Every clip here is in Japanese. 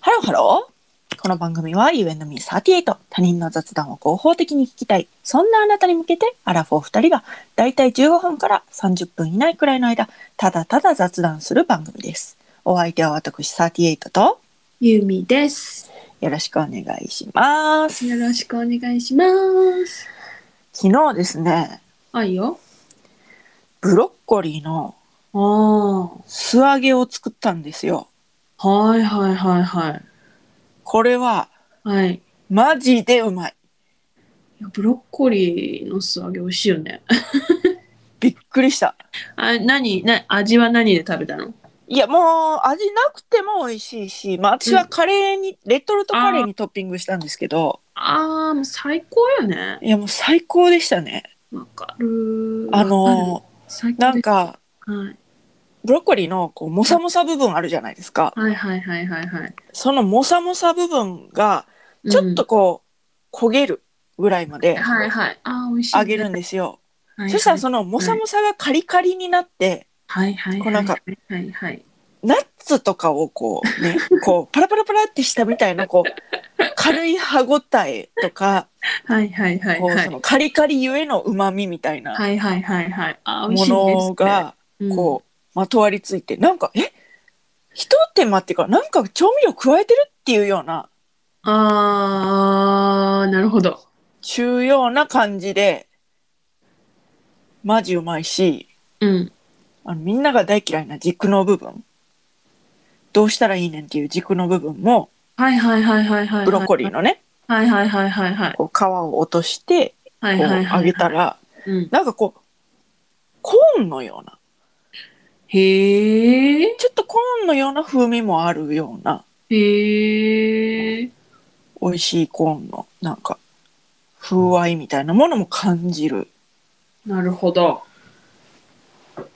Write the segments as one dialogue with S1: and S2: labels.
S1: ハローこの番組は You and me38 他人の雑談を合法的に聞きたいそんなあなたに向けてアラフォー2人がだいたい15分から30分以内くらいの間ただただ雑談する番組ですお相手は私38と
S2: ゆみです。
S1: よろしくお願いします
S2: よろしくお願いします。
S1: 昨日ですね
S2: あいよ。
S1: ブロッコリーの
S2: ああ。
S1: 素揚げを作ったんですよ
S2: はいはいはいはい。
S1: これは
S2: はい。い
S1: マジでうまい
S2: やブロッコリーの素揚げ美味しいよね。
S1: びっくりした
S2: あ、何、な、味は何で食べたの
S1: いやもう味なくても美味しいし、まあ、私はカレーに、レトルトカレーにトッピングしたんですけど
S2: ああ、もう最高よね。
S1: いやもう最高でしたね。
S2: わかる。
S1: あ
S2: わかる
S1: の
S2: 最高
S1: なん
S2: です。
S1: か
S2: はい。
S1: ブロッコリーのこうもさもさ部分あるじゃないですか。
S2: はいはいはいはいはい。
S1: そのもさもさ部分がちょっとこう、焦げるぐらいま
S2: う
S1: で
S2: ん。はいはい。ああ、美味しいね。
S1: 揚げるんですよ。
S2: はいはい。
S1: そしたらそのもさもさがカリカリになって、
S2: はいはい
S1: こう
S2: はい。
S1: なんか
S2: はいはい。
S1: ナッツとかをこうねこうパラパラパラってしたみたいなこう軽い歯ごたえとか。
S2: はいはいはい
S1: こう
S2: は
S1: そ
S2: い。
S1: のカリカリゆえのうまみみたいな
S2: はいはいはいはい。ああ、美味
S1: も
S2: しいですね。
S1: のがこうまとわりついてなんかえひと手間っていうかなんか調味料加えてるっていうような
S2: うん。ああ、なるほど。
S1: 中ような感じでマジうまいし
S2: うん。
S1: あのみんなが大嫌いな軸の部分どうしたらいいねんっていう軸の部分も
S2: はいはいはいはいはい。
S1: ブロッコリー。のね
S2: はいはいはいはいはい。
S1: こう皮を落として
S2: は
S1: こ
S2: いうはいはい。
S1: 揚げた。ら
S2: うん。
S1: なんかこうコーンのような
S2: へえ。
S1: ちょっとコーンのような風味もあるような
S2: へえ。
S1: 美味しいコーンのなんか風合いみたいなものも感じる
S2: なるほど。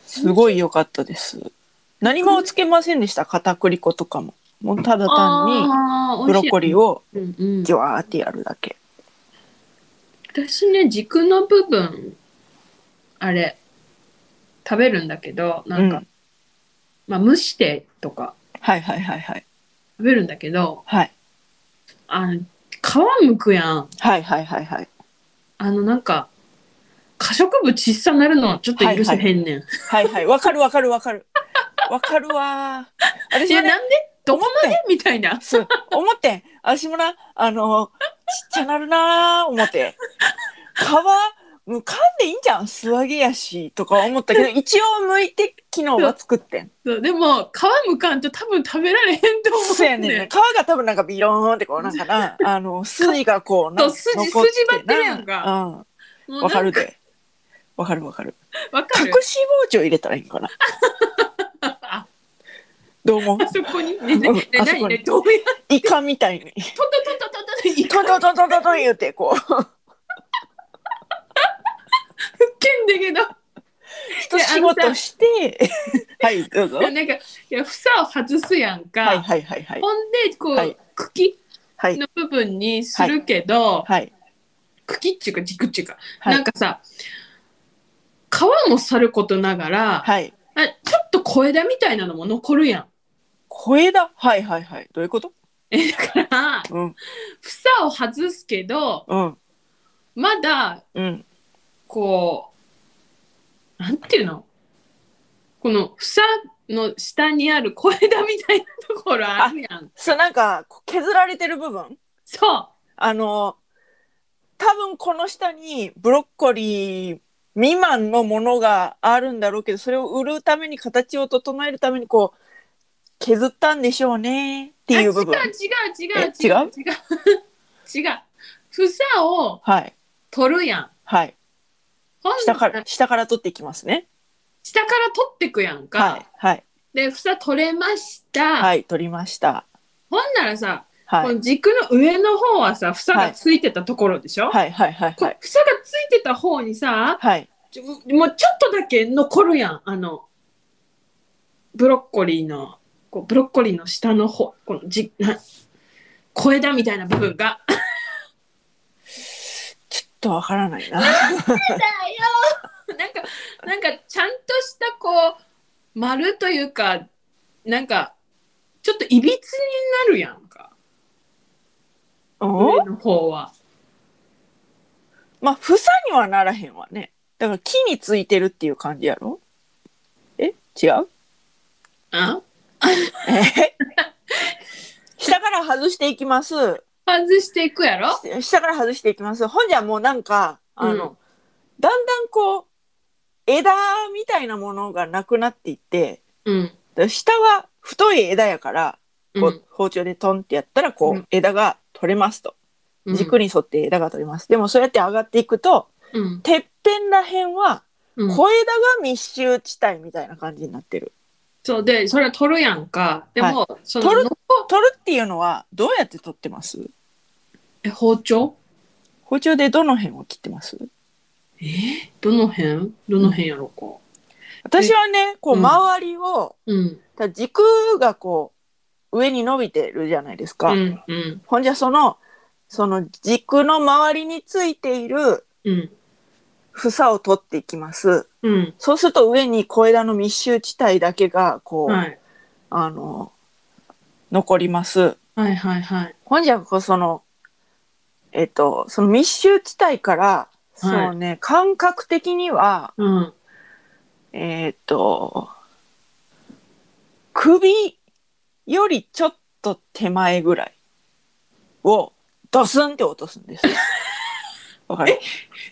S1: すごい良かったです何もつけませんでした片栗粉とかももうただ単に
S2: ああ、
S1: ブロッコリー
S2: を。
S1: を
S2: うんうん
S1: ジ。ュワーってやるだけ
S2: 私ね、軸の部分、あれ、食べるんだけど、なん
S1: う
S2: か、まあ蒸してとか
S1: はいはいはいはい
S2: 食べるんだけど、
S1: はい
S2: あの、皮むくやん。
S1: はいはいはいはい
S2: あの、なんか、可食部小さなるのちょっと許せへんねん。
S1: はいはいわかるわかるわかるわかるわー
S2: い
S1: 私
S2: や、
S1: はね
S2: なんでどこまでみたいな。
S1: そう思ってん私もなあのちっちゃなるなー思って皮もう噛んでいいんじゃん素揚げやしとか思 ったけど一応剥いて昨日は作ってん
S2: そうでも皮むかんと多分食べられへんと思う
S1: そうやねんね皮が多分なんかビローンってこうなんかなあの筋がこうな
S2: そう筋
S1: 残って
S2: 筋張ってるやん
S1: な
S2: も
S1: う
S2: うんなん
S1: わかるでわかるわかる
S2: わかる
S1: 隠し包丁入れたらいいんかな
S2: あ
S1: ど うも
S2: あそこにねね
S1: うん
S2: ね
S1: あそこ
S2: 何
S1: に
S2: ねどうやって
S1: イカみたいに
S2: トントントントントントンいか
S1: トントントントントントン言うてこう
S2: けんだけど
S1: 一仕事して はいどうぞはい
S2: なんかいや房を外すやんか、
S1: はいはいはい
S2: ほんでこう、
S1: はい
S2: 茎
S1: はい
S2: の部分にするけど、
S1: はい。
S2: 茎っちゅうか軸っちゅうか、
S1: はい
S2: なんかさ皮もさることながら、
S1: はい。
S2: あちょっと小枝みたいなのも残るやん
S1: 小枝。はいはいはい。どういうこと。
S2: えだから
S1: うん。
S2: 房を外すけど
S1: うん。
S2: まだ
S1: うん。
S2: こう、なんていうのこの房の下にある小枝みたいなところあるやん。
S1: そう、なんかこう削られてる部分。
S2: そう。
S1: あの。多分この下にブロッコリー。未満のものがあるんだろうけど、それを売るために形を整えるためにこう。削ったんでしょうね。っていう部分
S2: あ。違う違う
S1: え
S2: 違う違う 違う。違う。房を
S1: はい。
S2: 取るやん。
S1: はい。
S2: ほん
S1: 下か
S2: な
S1: ら、下から取っていきますね。
S2: 下から取ってくやんか。
S1: はい。はい。
S2: で、房取れました。
S1: はい、取りました。
S2: ほんならさ、
S1: は
S2: こ
S1: い。
S2: の軸の上の方はさ、房がついてたところでしょ、
S1: はいはいはい
S2: こ
S1: は
S2: う
S1: い。
S2: 房がついてた方にさ、
S1: はい。
S2: ちょもうちょっとだけ残るやんあのブロッコリーのこうブロッコリーの下の方このじな小枝みたいな部分が 「
S1: ちょっとわからない な。
S2: だよー!」なんかなんかちゃんとしたこう丸というかなんかちょっといびつになるやんか
S1: うん
S2: 上の方は。
S1: まあ房にはならへんわねだから木についてるっていう感じやろえ違う
S2: あ
S1: え下から外していきます
S2: 外していくやろ
S1: 下から外していきますほんじゃもうなんかあの、
S2: うん
S1: だんだんこう枝みたいなものがなくなっていって
S2: うん。
S1: だから下は太い枝やからこ
S2: う
S1: う包丁でトンってやったらこ
S2: う
S1: うん枝が取れますと
S2: ん
S1: 軸に沿って枝が取れますでもそうやって上がっていくと
S2: うん
S1: てっぺんらへんは
S2: うん
S1: 小枝が密集地帯みたいな感じになってる
S2: そうでそれは取るやんかでも、その
S1: 取る
S2: の
S1: 取るっていうのはどうやって取ってます
S2: え包丁
S1: 包丁でどの辺を切ってます
S2: えーどの辺どの辺やろうか
S1: 私はねこう
S2: うん
S1: 周りを、
S2: うん
S1: だから軸がこう上に伸びてるじゃないです
S2: う
S1: か、
S2: んうん
S1: ほんじゃそのその軸の周りについている
S2: うん
S1: 房を取っていきます
S2: うん
S1: そうすると上に小枝の密集地帯だけがこう、
S2: はい
S1: あの残ります
S2: はいはいはい
S1: ほんじゃこうそのえっとその密集地帯から、そうね感覚的には
S2: うん
S1: えっと首よりちょっと手前ぐらいをドスンって落とすん ですよ。わかる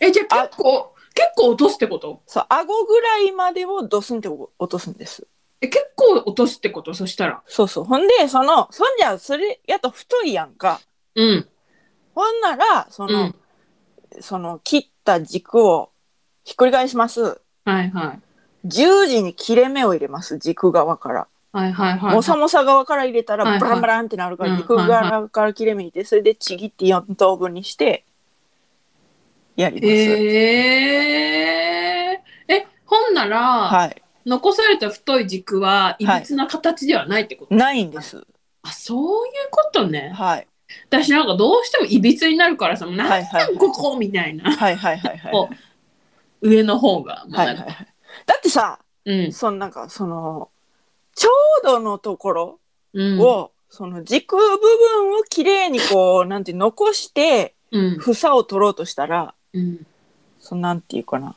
S2: えじゃあ結構結構落とすってこと
S1: そう顎ぐらいまでをドスンって落とすんです。
S2: え結構落とすってことそしたら
S1: そうそう。ほんで、その、そんじゃ、それやと太いやんか。
S2: うん
S1: ほんなら、そうの、
S2: ん
S1: その、切った軸をひっくり返します。
S2: はいはい
S1: 十字に切れ目を入れます。軸側から。
S2: はいはいはい
S1: もさもさ側から入れたら、
S2: はいはい
S1: バランバランってなるから、
S2: うん
S1: 軸側から切れ目入れて、それでちぎって4等分にして、やります。
S2: えー、えほんなら、
S1: はい。
S2: 残された太い軸はい
S1: はい
S2: びつな形ではないってこと、
S1: ないんです。
S2: あそういうことね
S1: はい。
S2: 私なんかどうしてもいびつになるからさもうなん
S1: はいはいはい
S2: なんここみたいな
S1: はいはいはいはい。
S2: こう上の方がもう
S1: はいはい
S2: なんか
S1: はい。だってさ、
S2: うん
S1: そのなんか、その、ちょうどのところ、
S2: うん
S1: を、その軸部分をきれいにこう、なんて残して、
S2: うん
S1: 房を取ろうとしたら、
S2: うん
S1: そのなんていうかな。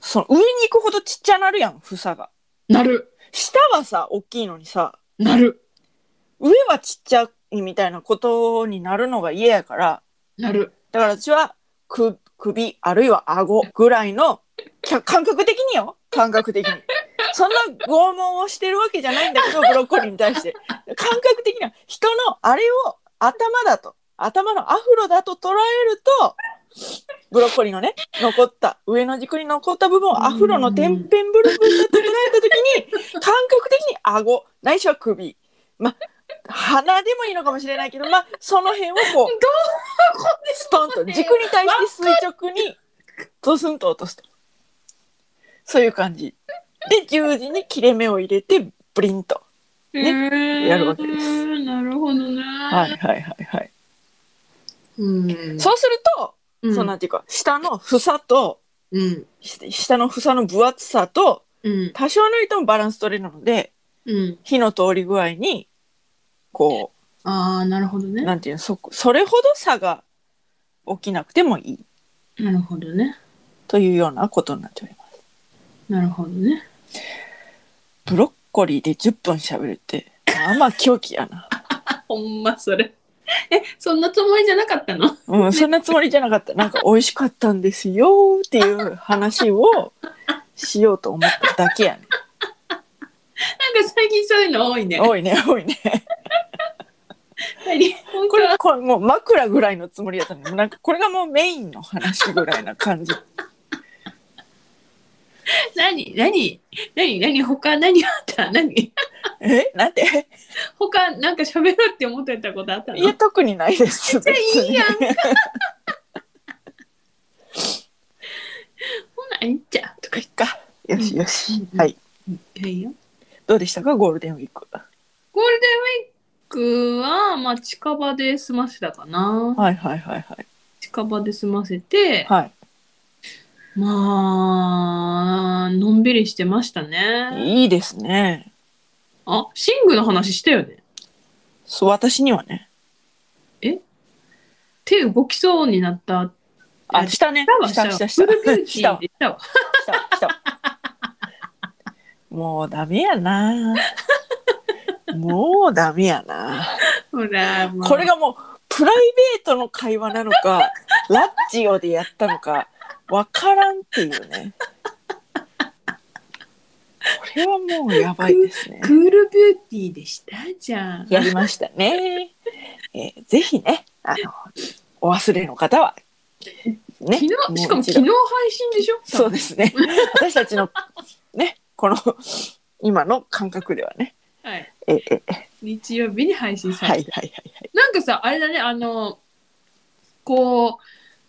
S1: その上に行くほどちっちゃなるやん、房が。
S2: なる
S1: 下はさ、大きいのにさ、
S2: なる
S1: 上はちっちゃいみたいなことになるのが嫌やから、
S2: なる
S1: だから私は首、首、あるいは顎ぐらいの、きゃ感覚的によ感覚的に。そんな拷問をしてるわけじゃないんだけど、ブロッコリーに対して。感覚的には、人のあれを頭だと、頭のアフロだと捉えると、ブロッコリーのね、残った、上の軸に残った部分をアフロのてんぺん部分だと捉えたときに、感覚的に顎、ないしは首。ま、鼻でもいいのかもしれないけど、ま、その辺を こう、ストンと軸に対して垂直にドスンと落とすとそういう感じで十字に切れ目を入れてブリンと
S2: ね
S1: やるわけです
S2: なるほどね
S1: はいはいはいはい
S2: うん
S1: そうすると、
S2: うん
S1: そうなんていうか下の房と
S2: うん
S1: し下の房の分厚さと
S2: うん
S1: 多少なりともバランス取れるので
S2: うん
S1: 火の通り具合にこ
S2: ああなるほど
S1: う
S2: ね
S1: なんていうのそそれほど差が起きなくてもいい
S2: なるほどね
S1: というようなことになっております
S2: なるほどね
S1: ブロッコリーで10分喋るってまあまあ狂気やな
S2: ほんまそれ えそんなつもりじゃなかったの
S1: うん、そんなつもりじゃなかった。なんか美味しかったんですよっていう話をしようと思っただけやね。
S2: なんか最近そういうの多いね。
S1: 多いね、多いね。
S2: 何本
S1: これ、これもう枕ぐらいのつもりやったのに。なんかこれがもうメインの話ぐらいな感じ。
S2: 当何何何何他何あった何
S1: えなんて
S2: 他なんか喋ろうって思ってたことあったの
S1: いや、特にないです。別に
S2: いいや んほな、いっちゃうとか言って。
S1: か。よしよし。
S2: うん
S1: はい。
S2: いいよ。
S1: どうでしたかゴールデンウィーク。
S2: ゴールデンウィークは、まあ、近場で済ませたかな。
S1: はいはいはいはい。
S2: 近場で済ませて、
S1: はい。
S2: まあ、のんびりしてましたね。
S1: いいですね。
S2: あ、シングの話したよね。
S1: そう、私にはね。
S2: 手動きそうになった。
S1: あ、下ね。
S2: 下
S1: 下、
S2: は
S1: 下、
S2: 下。
S1: 下
S2: フ。ルビューティ
S1: 下
S2: ーで下は。
S1: 下、下。 もうダメやな。もうダメやな。
S2: ほら、もう
S1: これがもうプライベートの会話なの かラジオでやったのかわからんっていうねこれはもうやばいですね
S2: クールビューティーでしたじゃん。
S1: やりましたね、えーぜひねあのお忘れの方はね
S2: 昨
S1: もう
S2: 日、しかも
S1: 一
S2: 昨
S1: 度
S2: 日配信でしょ
S1: そうです ね私たちのねこの今の感覚ではね
S2: はい。
S1: えーえー
S2: 日曜日に配信さ
S1: は
S2: れ
S1: い
S2: て
S1: はいはいはい
S2: なんかさあれだねあのこ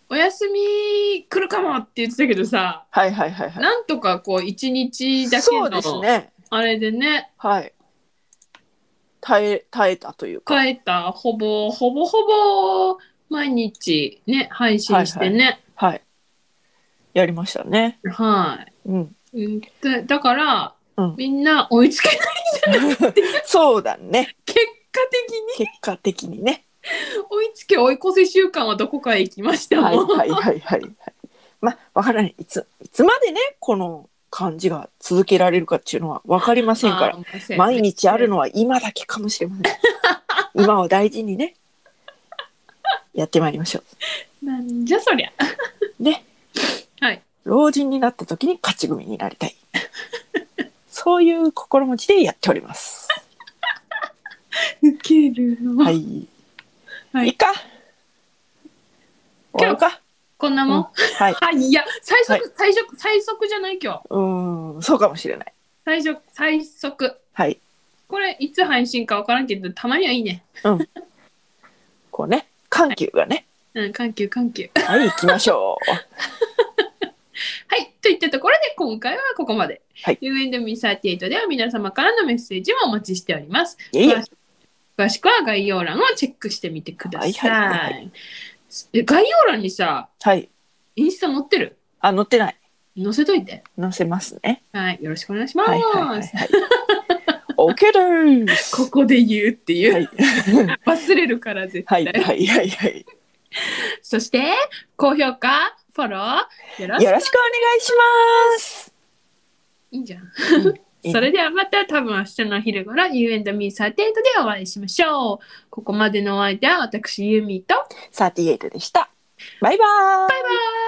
S2: うお休み来るかもって言ってたけどさ
S1: はいはいはいはい
S2: なんとかこう一日だけ
S1: そうです
S2: の
S1: ね
S2: あれでね
S1: はい耐え耐えたというか
S2: 帰ったほぼほぼほぼ毎日ね配信してね
S1: はい。やりましたね。
S2: は
S1: うん。
S2: い、うんでだから、
S1: うん
S2: みんな追いつけない
S1: そうだね。
S2: 結果的に
S1: 結果的にね。
S2: 追いつけ追い越せ習慣はどこかへ行きました
S1: はい
S2: もん、
S1: はいはいはいはい。まあ、わからない。いつ、いつまでね、この感じが続けられるかっていうのはわかりませんから。
S2: ら
S1: 毎日あるのは今だけかもしれま せん。今を大事にね。やってまいりましょ
S2: なんじゃそりゃ
S1: う。ね。
S2: はい。
S1: 老人になった時に勝ち組になりたい。そういう心持ちでやっており ます。
S2: ウケるの、
S1: はい。
S2: はい
S1: いいか。終わるか。
S2: こんなもん、
S1: うんはい。
S2: あいや最速、
S1: はい
S2: 最速最速じゃない今日
S1: うーん、そうかもしれない。
S2: 最速最速
S1: はい。
S2: これいつ配信か分からんけどたまにはいいね
S1: こうね、緩急がね。
S2: うん緩急緩急
S1: はい、行きましょう。
S2: はいといったところで今回はここまで、
S1: はい
S2: U&Me38 では皆様からのメッセージもお待ちしております
S1: いえいえ。
S2: 詳しくは概要欄をチェックしてみてください、
S1: はいはいは
S2: え概要欄にさ
S1: はい。
S2: インスタ載ってる
S1: あ、乗ってない。
S2: 載せといて
S1: 乗せますね。
S2: はいよろしくお願いします、
S1: はいはいはいはい。OK です。
S2: ここで言うっていう、
S1: はい。
S2: 忘れるから絶
S1: は
S2: 対、
S1: いはいはいはい。
S2: そして高評価フォローよろしく
S1: よろしくお願いします。
S2: いいんじゃん
S1: いいね
S2: それではまた多分明日の昼頃 You and me38 でお会いしましょう。ここまでのお相手は私ユーミーと
S1: 38でした。バイバーイ。
S2: バイバイ